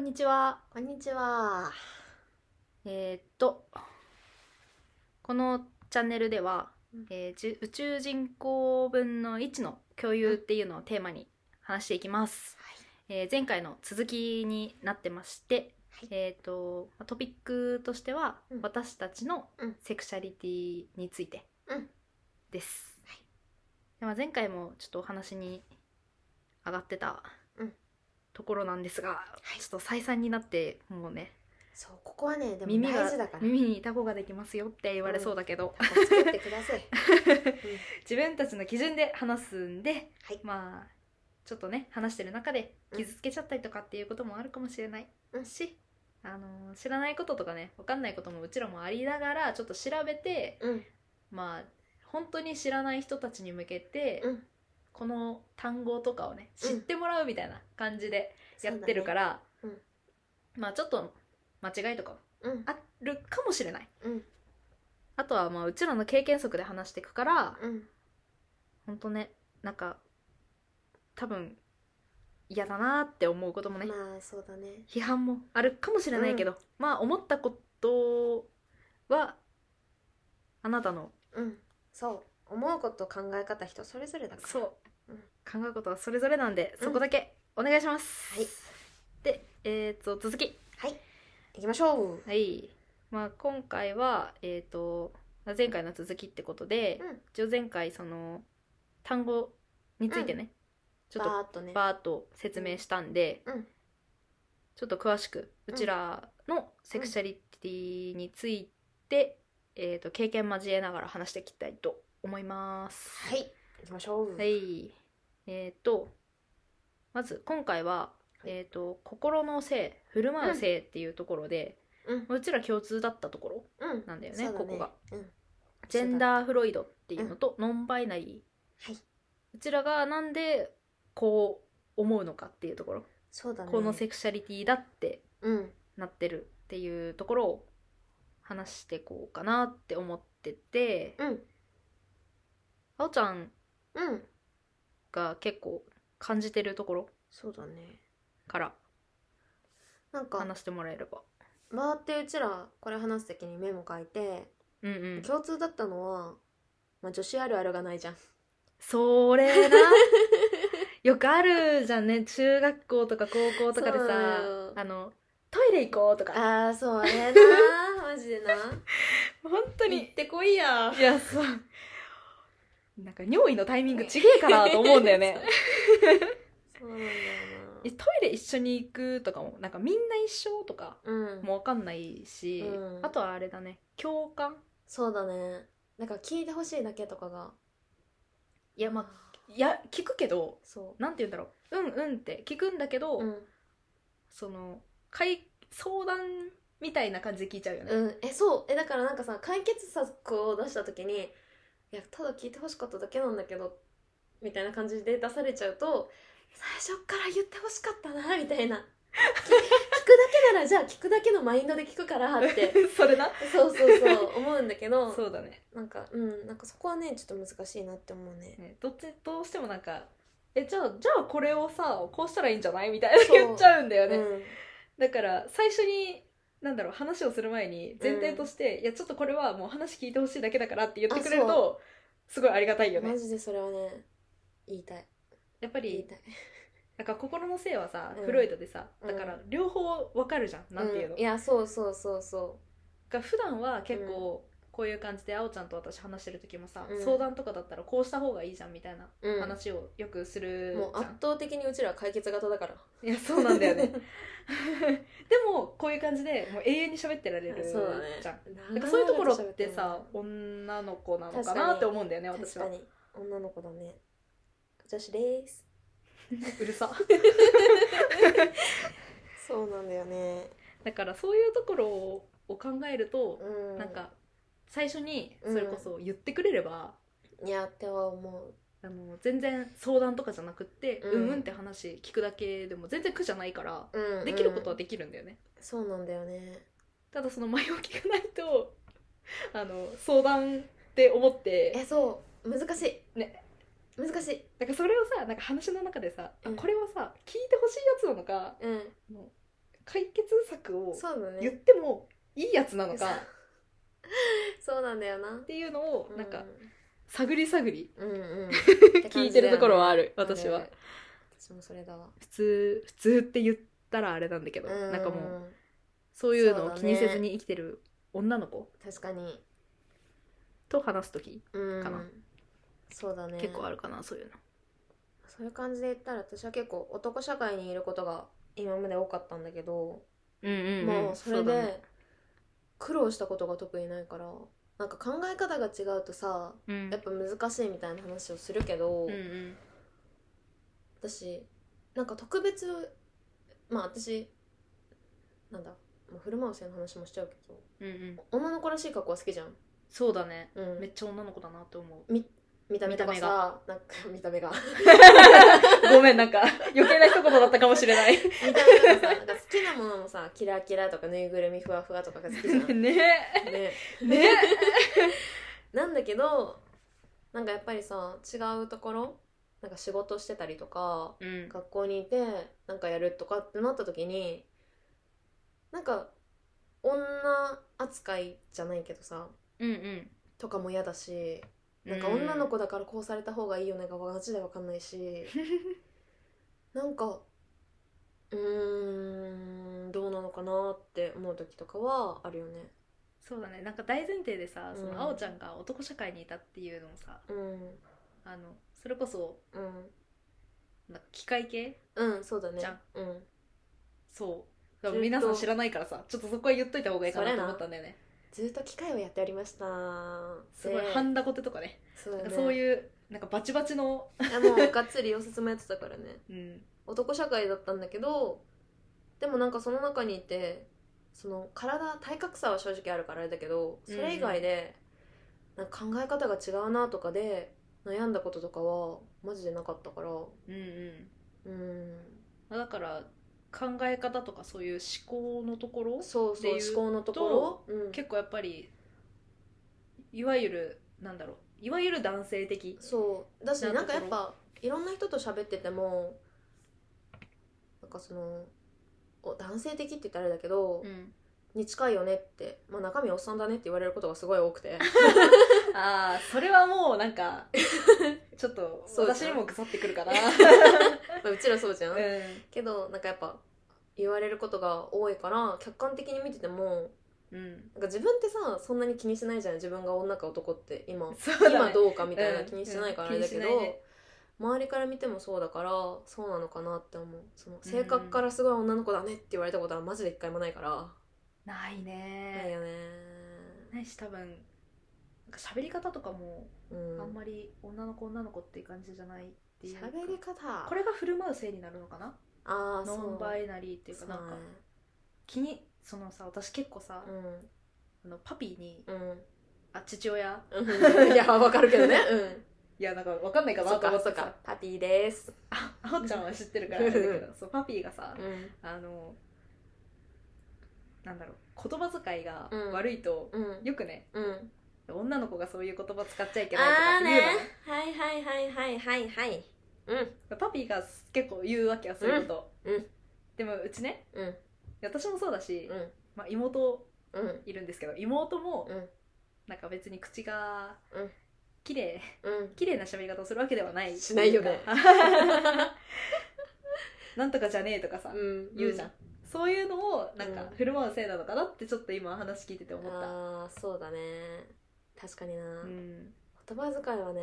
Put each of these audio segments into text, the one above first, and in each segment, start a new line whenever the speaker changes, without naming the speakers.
にちは。
こんにちは。
えーっと、このチャンネルでは
うん、
えーじゅ宇宙人口分の1の共有っていうのをテーマに話していきます。えー前回の続きになってまして、
はい
えーっと、トピックとしては、
うん
私たちの
うん
セクシャリティについて
うん
です。
はい
でまあ前回もちょっとお話に上がってた
うん
ところなんですが、
い
ちょっと再三になってもうね
そう、ここはね、でも
耳
大
が
事だから。
耳にタコができますよって言われそうだけど、
タコ作ってくだ さい。
自分たちの基準で話すんで、
はい
まあちょっとね話してる中で
うん
傷つけちゃったりとかっていうこともあるかもしれない
うん
し、あの知らないこととかね分かんないこともうちらもありながらちょっと調べて
うん、
まあ本当に知らない人たちに向けて、
うん
この単語とかをね
うん
知ってもらうみたいな感じでやってるから、
そうだね
まあちょっと間違いとかも
そうだね。
あるかもしれない。
うん、
あとはまあうちらの経験則で話していくから
うん、うん、
ほんとねなんか多分嫌だなって思うこともね、
まあ、そうだね。
批判もあるかもしれないけど、まあ思ったことはあなたの
うん、そう、思うこと、考え方、人それぞれだから。
そううん考えることはそれぞれなんで、
うん
そこだけお願いします、
はい
でえー、っと続き
行きましょう。
はい、まあ、今回は、えー、と前回の続きってことで、
うん
一応前回その単語についてね、ちょっ
バ
と
ーっとね。
バーッと説明したんで、
うん
ちょっと詳しくうちらのセクシャリティについて、えー、と経験交えながら話していきたいと思います。
はい、行きましょう。
は。い、えっ、とまず今回は、
はい
えっ、と心の性振る舞う性っていうところで、
うん、
うちら共通だったところ
うん、
なんだよね
そう
ここが。
うん、
ジェンダーフロイドっていうのと、ノンバイナリ
はい。
ーうちらがなんでこう思うのかっていうところ、
そうだね。
このセクシャリティだって
うん、
なってるっていうところを話していこうかなって思ってて、
うん、
あおちゃん
うん。
が結構感じてるところ
そうだね。
から
なんか、
話してもらえれば。
バーってうちら、これ話すときにメモ書いて、
うんうん、
共通だったのは、まあ、女子あるあるがないじゃん。
そ れなよくあるじゃんね中学校とか高校とかで
そうな
さ
のよ
あのトイレ行こうと か
ああそうあれなーマジでな
本当に
行ってこいや
いや、そう。なんか尿意のタイミングちげえかなと思うんだよ ね。
そうなんだよ
えトイレ一緒に行くとかも、なんかみんな一緒とか
なうん
もわかんないし、
うん
あとはあれだね、共感
そうだねなんか聞いてほしいだけとかが
いや、まあ、いや、聞くけど、
そ
なんて言うんだろう。うんうんって聞くんだけど、
ううん、
その、解、相談みたいな感じで聞いちゃうよね。
うん、えそうえだからなんかさ解決策を出した時にいやただ聞いてほしかっただけなんだけどみたいな感じで出されちゃうと最初から言ってほしかったなみたいな聞聞くだけならじゃあ聞くだけのマインドで聞くからって
それな。
そうそうそう思うんだけど
そうだね
なんかうんなんかそこはねちょっと難しいなって思うね
ね。どっち、どうしてもなんか、え、じゃあ、じゃあこれをさ、こうしたらいいんじゃないみたいな
そう
言っちゃうんだよね。
うん
だから最初になんだろう話をする前に前提として、いやちょっとこれはもう話聞いてほしいだけだからって言ってくれる
あ
とすごいありがたいよね
マジでそれはね言いたい
やっぱ
言い
り
たい
なんか心の性はさ、
うん
フロイドでさ
うん
だから両方わかるじゃん、なんていうの、
んいやそうそうそうそ
が普段は結構こういう感じであおちゃんと私話してる時もさ、
うん
相談とかだったらこうした方がいいじゃんみたいな
う、うん、
話をよくする
もう
じゃ
圧
ん、
倒的にうちらは解決型だから
いやそうなんだよ ねでもこういう感じでもう永遠に喋ってられる
そうだね
じゃんなんか
長々
そういうところってさ
喋
女の子なのか
確か
な
に
って思うんだよね
ってる
私
確
は
かに女の子だね女子です
うるさ
そうなんだよね
だからそういうところを考えると、
うん
なんか最初にそれこそ言ってくれれば、
いやっては思
あの全然相談とかじゃなくって、う
うん
ん、うんって話聞くだけでも全然苦じゃないから、
う、うん、
できることは
で
できるんだよね
そうなんだよね
ただその前置きがないと あの相談って思って
えそう難しい
ね
難しい
なんかそれをさなんか話の中でさ、あ
うん
これはさ聞いてほしいやつなのか
うん
もう解決策を
そうだ
言っ
ね
てもいいやつなのか
そうなんだよな
っていうのをなん
う
か探り探り
うん うん、
聞いてるところはあ
る
る私は
私もそれだわ
普通普通って言ったらあれなんだけどなんかもうそういうのを気にせずに生きてる女の子
確かに
と話す時
うん
かな
そうだね
結構あるかなそういうの
そういう感じで言ったら私は結構男社会にいることが今まで多かったんだけど、
うんうんうん
もうそれ
うだね
で苦労したことが特にないからなんか考え方が違うとさ
うん
やっぱ難しいみたいな話をするけ
う
ど、
んうん
私なんか特別まあ私なんだまあ振る舞う性の話もしちゃうけど
うんうん
女の子らしい格好は好きじゃん、
そうだね
うん
めっちゃ女の子だなって思う
見た目とか
見た目
さなんか 見た目が
ごめんなんか余計な一言だったかもしれ ない
見た目とかさなんか好きなものもさキラキラとかぬいぐるみふわふわとかが好きじゃ ん、ね
ねね
なんだけどなんかやっぱりさ違うところなんか仕事してたりとか
うん
学校にいてなんかやるとかってなった時になんか女扱いじゃないけどさ
うんうん
とかも嫌だしなんか女の子だからこうされた方がいいよねがマジで分かんな いしなんかうーんどうなのかなって思う時とかはあるよね。
そうだねなんか大前提でさそ
うん
のあおちゃんが男社会にいたっていうのもさ
うん
あのそれこそ
うん
なんか機械系
うんそうだね。
じゃん
うん
そうだから皆さん知らないからさちょっとそこは言っといた方がいいかなと思ったんだよね
ずっと機械をやっておりました
すごい
で
ハンダコテとかね
そう
な
だ
ん
ね
かそういうなんかバチバチの
いやもうがっつり溶接もやってたからね
うん
男社会だったんだけどでもなんかその中にいてその体体格差は正直あるからあれだけどそれ以外で、なんか考え方が違うなとかで悩んだこととかはマジでなかったから
うんうん
うん
まあだから考え方とかそういう思考のところ
そう
で
そ
言
う
う
思考のところ、うん、
結構やっぱりいわゆるなんだろういわゆる男性的
そうだし
な
なんん
かこ
かや
の
っぱいろんな人と喋っててもなんかそのお男性的って言ったらあれだけど、
ん
に近いよねって、まあ、中身おっさんだねって言われることがすごい多く て
ああそれはもうなんかちょっと
そうじ
私に
ゃん
も腐ってくるかな
まあうちらそうじゃん、
うん
けどなんかやっぱ言われることが多いから客観的に見てても
うん
なんか自分ってさそんなに気にしないじゃん自分が女か男って今、
そうだね
今どうかみたいな
うん
気にしてないからあ
うん
れだけど、
気にしないね
周りから見てもそうだからそうなのかなって思うその性格からすごい女の子だねって言われたことはマジで一回もないから、
ない
ない
ね
よね
ないし多分なんか喋り方とかも
うん
あんまり女の子女の子っていう感じじゃないっていうか
喋り方
これが振る舞う性になるのかな
ああそう
ノンバ
イっ
イナリーっていうかなんか気にそのさ私結構さ、
う
あのパピーに
んうん
あ父親
うんい や、わかるけどね。
いやなんかわかん ない
う
か
ん。
なと思ってさ。
パティです。
ああおちゃんは知ってるからあれだけどそうパピーがさ
うん。
あのなんだろう言葉遣いが
うん
悪いと、
うん。
よくね
うん。
女の子がそういう言葉使っちゃいけないとか
あ
って
ーね
言うのね。
はいはいはいはいはいはい。うん。
パピーが結構言うわけよそういうこと、
うんうん
でもうちね
うん。
私もそうだし、
うん。
まあ、妹
うん。
いるんですけど妹も
うん。
なんか別に口が
うん
綺麗
うん。
綺麗な喋り方をするわけではない
しないよね
ってうか なんとかじゃねえとかさ、
うん。
言うじゃん、そういうのをなん
う
か
ん
振る舞うせいなのかなってちょっと今話聞いてて思った、
ああ、そうだね。確かにな。
うん、
言葉遣いはね、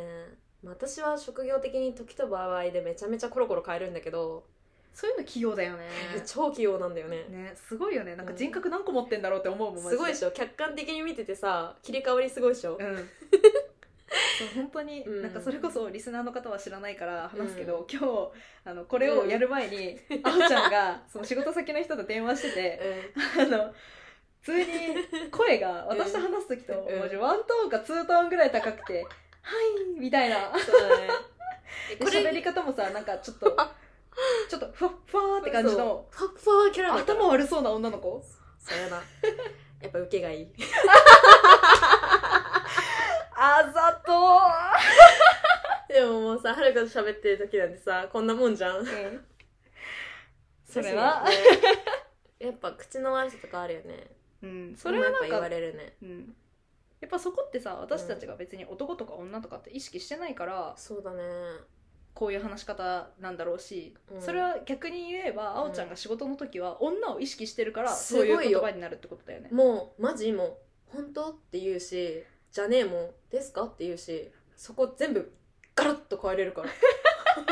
まあ私は職業的に時と場合でめちゃめちゃコロコロ変えるんだけど、
そういうの器用だよね
超器用なんだよね。
ねすごいよねなんか人格何個持ってんだろうって思うもんマジ
すごいでしょ客観的に見ててさ、切り替わりすごいでしょ
うん そう本当に、
うん
なんかそれこそリスナーの方は知らないから話すけど、
う
今日あのこれをやる前 に、あおちゃんがその仕事先の人と電話しててあの普通に声が私と話す時と、
うん
マジワントーンかツートーンぐらい高くて「はい」みたいな
そうだね。
で喋り方もさなんかちょっ とちょっとふわっふわーって感じの
そう。ファッファーキャラだから
頭悪そうな女の子
そうやな。やっぱ受けがいい。
あざと
でももうさ、はるかと喋ってる時なんてさ、こんなもんじゃん。
ー、それな
ねやっぱ口の悪さとかあるよね
うん、それは
も
なん
やっぱ言
か
われるね
うん、やっぱそこってさ私たちが別に男とか女とかって意識してないから、
そうだね
こういう話し方なんだろうし、
うん
それは逆に言えばあおちゃんが仕事の時は女を意識してるから、
す
そ
ご
う
い
い
よ
う言葉になるってことだよね
もうマジもう本当って言うしじゃねえもんですかって言うしそこ全部ガラッと変えれるから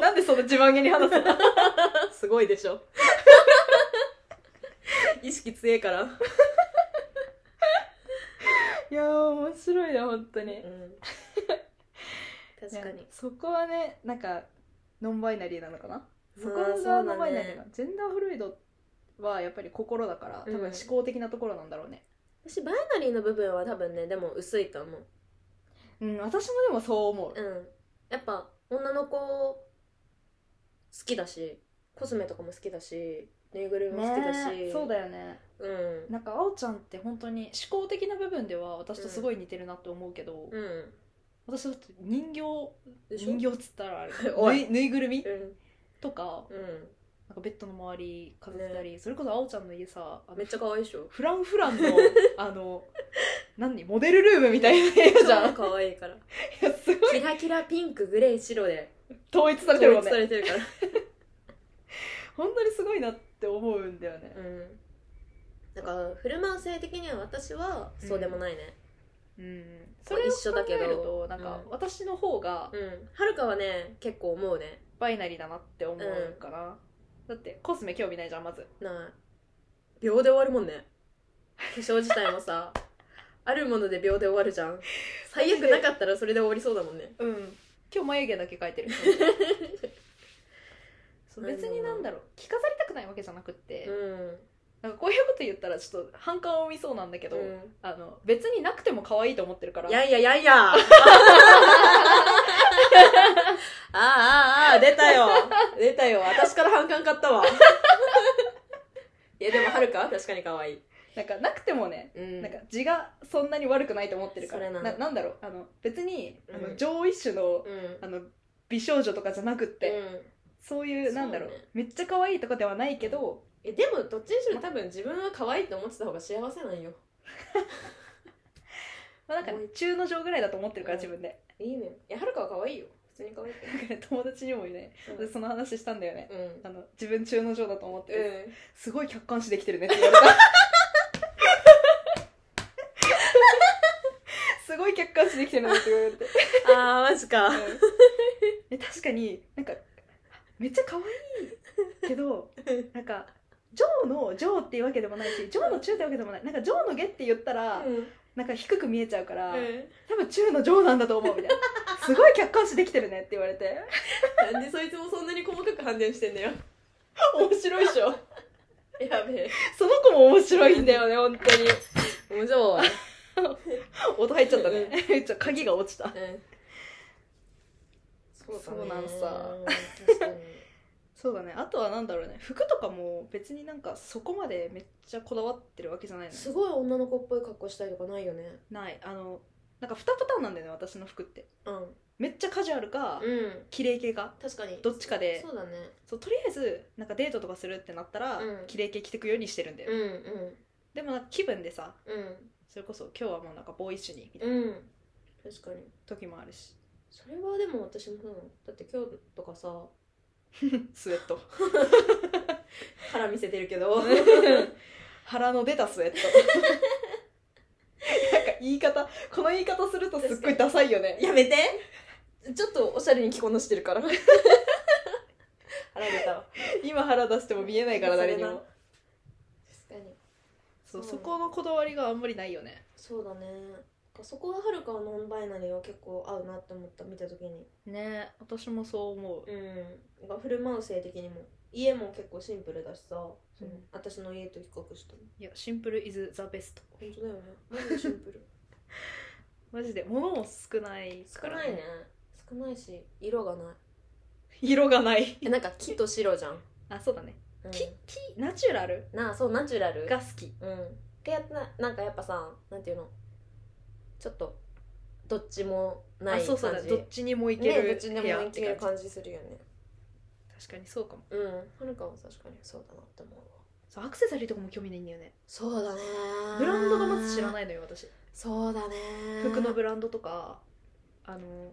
なんでそんな自慢げに話 すの
すごいでしょ意識強えから、
いやー面白いな本当に
確かに
ねそこはねなんかノンバイナリーなのかなそこ
あ
が
ーそう
ノン
だ
バイナリーな
ね
ジェンダーフルイドはやっぱり心だから多分
うん
思考的なところなんだろうね
私バイナリーの部分は多分ねでも薄いと思う
うん、私もでもそう思う
うんやっぱ女の子好きだしコスメとかも好きだしぬいぐるみも好きだし、
ねえそうだよね
うん
なんかあおちゃんって本当に思考的な部分では私とすごい似てるなって思うけど、
うん
私だって人形
でしょ
人形っつったらあれ
お
ぬ
い
いぬいぐるみ
うん
とか
うん
なんかベッドの周り飾ってたり、それこそあおちゃんの家さあの
めっちゃ可愛 いでしょ
フランフラン のあの何モデルルームみたいな部屋じゃんい
可愛いから
やすごい
キラキラピンクグレー白で
統一されて
統
るもん
一さ
ね
れてるから
本当にすごいなって思うんだよね
うんだから振る舞う性的には私はそうでもないね
うんそれを
一緒だ
考
け
え
ど
るとなんか
うん
私の方が
うんはるかはね結構思うね
バイナリーだなって思うかな、だってコスメ興味ないじゃんまず
ない秒で終わるもんね化粧自体もさあるもので秒で終わるじゃん最悪なかったらそれで終わりそうだもんね
うん今日眉毛だけ描いて るそう別になんだろう着飾りたくないわけじゃなくって、
うん
なんかこういうこと言ったらちょっと反感を見そうなんだけど、
う
あの別になくても可愛いと思ってるから
ん、やいややいやあーあーあー出たよ出たよ私から反感買ったわいやでもはるか確かに可愛い
なんかなくてもね
うん
なんか地がそんなに悪くないと思ってるか
そ
ら
れな
な
の
なんだろうあの別にあの、
うん
上一種の
うん
あの美少女とかじゃなくって、
うん
そういうなんだろう
そうね
めっちゃ可愛いとかではないけど、
えでもどっちにしろ多分自分は可愛いと思ってた方が幸せなんよ
まあ、なんかね、
もう
中の上ぐらいだと思ってるから
うん
自分で、
いいねいやはるかは可愛いよ普通に可愛いけ
なんかね友達にもね
ど
私その話したんだよね、
うんうん
あの自分中の上だと思ってる、
うん
すごい客観視できてるねって言われた すごい客観視できてるねって言われて、
あーマジか
え確かになんかめっちゃ可愛いけどなんか「上の上」っていうわけでもないし「上の中」ってわけでもないなんか「上の下」って言ったら、なんか低く見えちゃうから、
な
多分中の上なんだと思うみたいなすごい客観視できてるねって言われて
んでそいつもそんなに細かく判断してんだよ
面白いでしょ
やべえ
その子も面白いんだよね本当に
面白い
音入っちゃった ねちょ鍵が落ちた
うんそう
そ
だね
うなんさ
確かに
そうだねあとはなんだろうね服とかも別になんかそこまでめっちゃこだわってるわけじゃないの
すごい女の子っぽい格好したりとかないよね
ないあのなんか2パターンなんだよね私の服って
うん
めっちゃカジュアルか
うん
綺麗系か
確かに
どっちかで
そうだね
そうとりあえずなんかデートとかするってなったら
うん
綺麗系着てくようにしてるんだよ、
うん
でもなんか気分でさ
うん
それこそ今日はもうなんかボーイッシュにみたい
うん
な
うん確かに
時もあるし
それはでも私もそうなのだって今日とかさ
スウェット
腹見せてるけ ど
腹の出たスウェッ トなんか言い方この言い方するとすっごいダサいよね
やめてちょっとおしゃれに着こなしてるから腹出たわ
今腹出しても見えないから誰にも
確かに
そう
そう
そこのこだわりがあんまりないよね
そうだねそこははるかはノンバイナリーは結構合うなって思った見た時に
ね私もそう思
うんが振る舞う性的にも家も結構シンプルだしさ、その
うん
私の家と比較しても
いやシンプル is the best
本当だよねマジでシンプル
マジで物も少ない
少
から
ないね少ないし色がない
色がない
えなんか木と白じゃん、
あそうだね
うん
木木ナチュラル
なあそうナチュラル
が好き
うんってやったなんかやっぱさなんていうのちょっとどっちもない
あ
感じ
そうそうだどっちにも行け
ねど
る
っちでも
部屋
い
って
ける
感
感じするよね
じ確かにそうかも
うんはるかも確かにそうだなって思うわ
そうアクセサリーとかも興味ないんだよね
そうだね
ブランドがまず知ら
い
ないのよ私
そうだね
服のブランドとかあの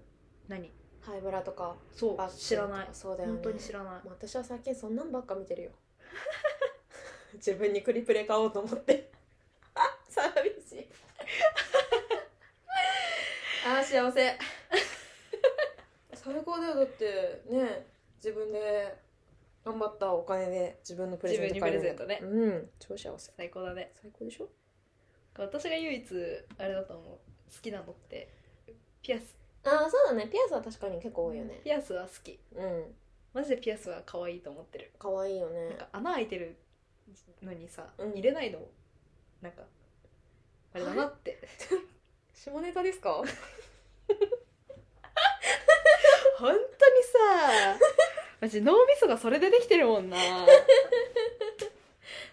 何
ハイブラとか
そう
バッグとか
知らない
そうだよね
本当に知らない
もう私は最近そんなんばっか見てるよ 自分にクリプレ買おうと思って あ寂しい あー幸せ最高だよだってね自分で頑張ったお金で自分のプレゼント買えるんだから
自
うん超幸せ
最高だね
最高でしょ
私が唯一あれだと思う好きなのってピアス
ああそうだねピアスは確かに結構多いよね
ピアスは好き
うん
マジでピアスは可愛いと思ってる
可愛いよ
なん
ね
か穴開いてるのにさ、
うん
入れないのなんかあれだな って
下ネタです か
本当にさマジ脳みそがそれでできてるもんな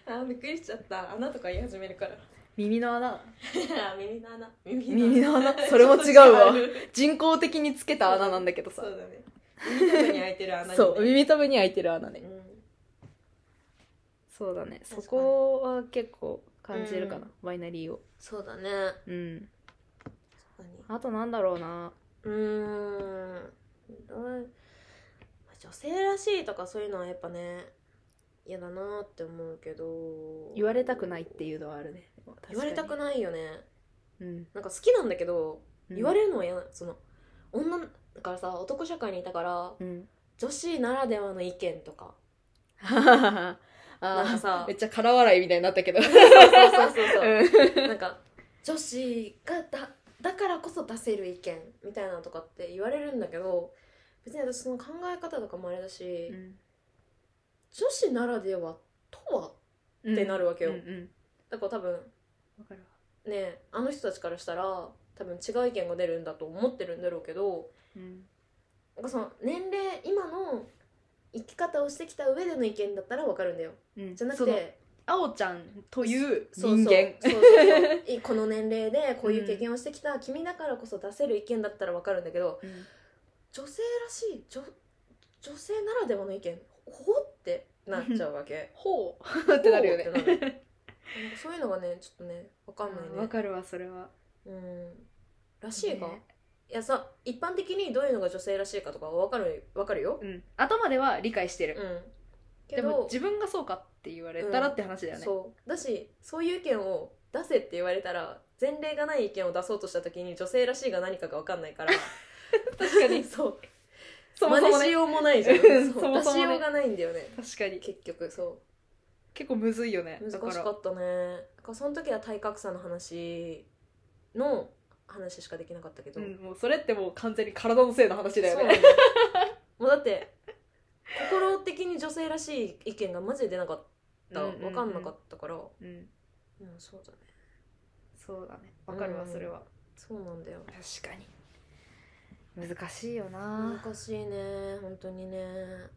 あーびっくりしちゃった穴とか言い始める から
耳の穴
耳の穴耳
耳の 穴それも違うわ人工的につけた穴なんだけどさ
そうだね耳の中に開いてる穴にね
そう耳たぶに開いてる穴ね
うん
そうだね
確か
そ
に
こは結構感じるかな、
うん
ワイナリーを
そうだね
うんあとなんだろうな
うーんどう女性らしいとかそういうのはやっぱね嫌だなって思うけど
言われたくないっていうのはあるね
言われたく
い、
ないよね
うん、
なんか好きなんだけど言わ
れ
れるのは嫌なその女だからさ男社会にいたから
うん
女子ならではの意見 とか
あ
なんか
あ
さ
めっちゃ空笑いみたいになったけど
そうそうそうそう
う
なんか女子がだだからこそ出せる意見みたいなのとかって言われるんだけど別に私その考え方とかもあれだし、
ん
女子ならではとは
うん
ってなるわけよ
うんうん
だから多分
わかるわ
ねあの人たちからしたら多分違う意見が出るんだと思ってるんだろうけど
うん
なんかその年齢今の生き方をしてきた上での意見だったらわかるんだよ
うん
じゃな
そ
く
の
て
あおちゃんという
そう
人間
そうそうそうそういこの年齢でこういう経験をしてきた君だからこそ出せる意見だったらわかるんだけど、
うん
女性らしい女女性ならではの意見ほってなっちゃうわけ
ほう ってなるよね
ほうってなるなんかそういうのがねちょっとねわかんないね
わかるわそれは
うんらしいか、
ね
いやさ一般的にどういうのが女性らしいかとかはわかるわかるよ
うん頭では理解して
う
る
んけ
で
ど
も自分がそうかって言われたらって話だよね
そうだしそういう意見を出せって言われたら前例がない意見を出そうとした時に女性らしいが何かがわかんないから
確かに
そう
そもそも
真似し
ね
ようもないじゃん
うん
そう
そもそもね
出しようがないんだよね
確かに
結局そう
結構むずいよね
難し
だ
か
から
ったねだからその時は体格差の話の話しかできなかったけど、
うん、もうそれってもう完全に体のせいの話だよ
そう
ね
なんだ よもうだって心的に女性らしい意見がマジで出なかった
うんうんうん
分かんなかったから、うん
うん
そうだね
そうだねわかるわ
うん
それは
そうなんだよ
確かに難しいよな
難しいね本当にね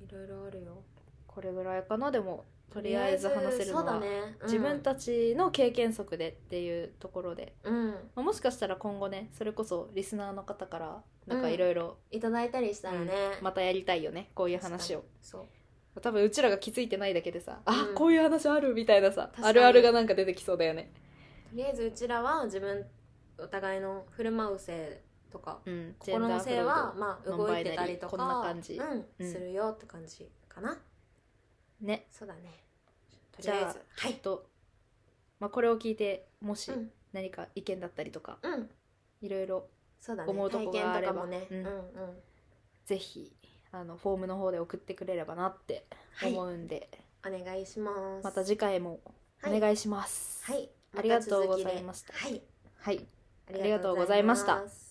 いろいろあるよ
これぐらいかなでもとりあえず話せるの
そうだ
は
ね、うん
自分たちの経験則でっていうところで、
うん
まあもしかしたら今後ねそれこそリスナーの方からなんかいろいろ
いただいたりしたらね、
またやりたいよねこういう話を
そう
多分うちらが気づいてないだけでさ、あ
うん
こういう話あるみたいなさ
確かに
あるあるがなんか出てきそうだよね
とりあえずうちらは自分お互いの振る舞う性とか
うん
心の性はまあ
ノン
動
バ
い
イナ
て
リー
たりと
こ
か
んな感じ
うん
うん
するよって感じかな、
ね
そうだねとり
じ
あ
ゃあ
えずは
え
い
っと、まあ、これを聞いてもし
うん
何か意見だったりとか、
うん
いろいろ
そうだね
思うとこがあれば
体験とかもね、う
うんん
うん
ぜひあのフォームの方で送ってくれればなって思うんで、
はいお願いします
また次回も
はい
お願いします、
はい
ありがとうございました
はい
はい
あ
りがとうございました
りがとうございす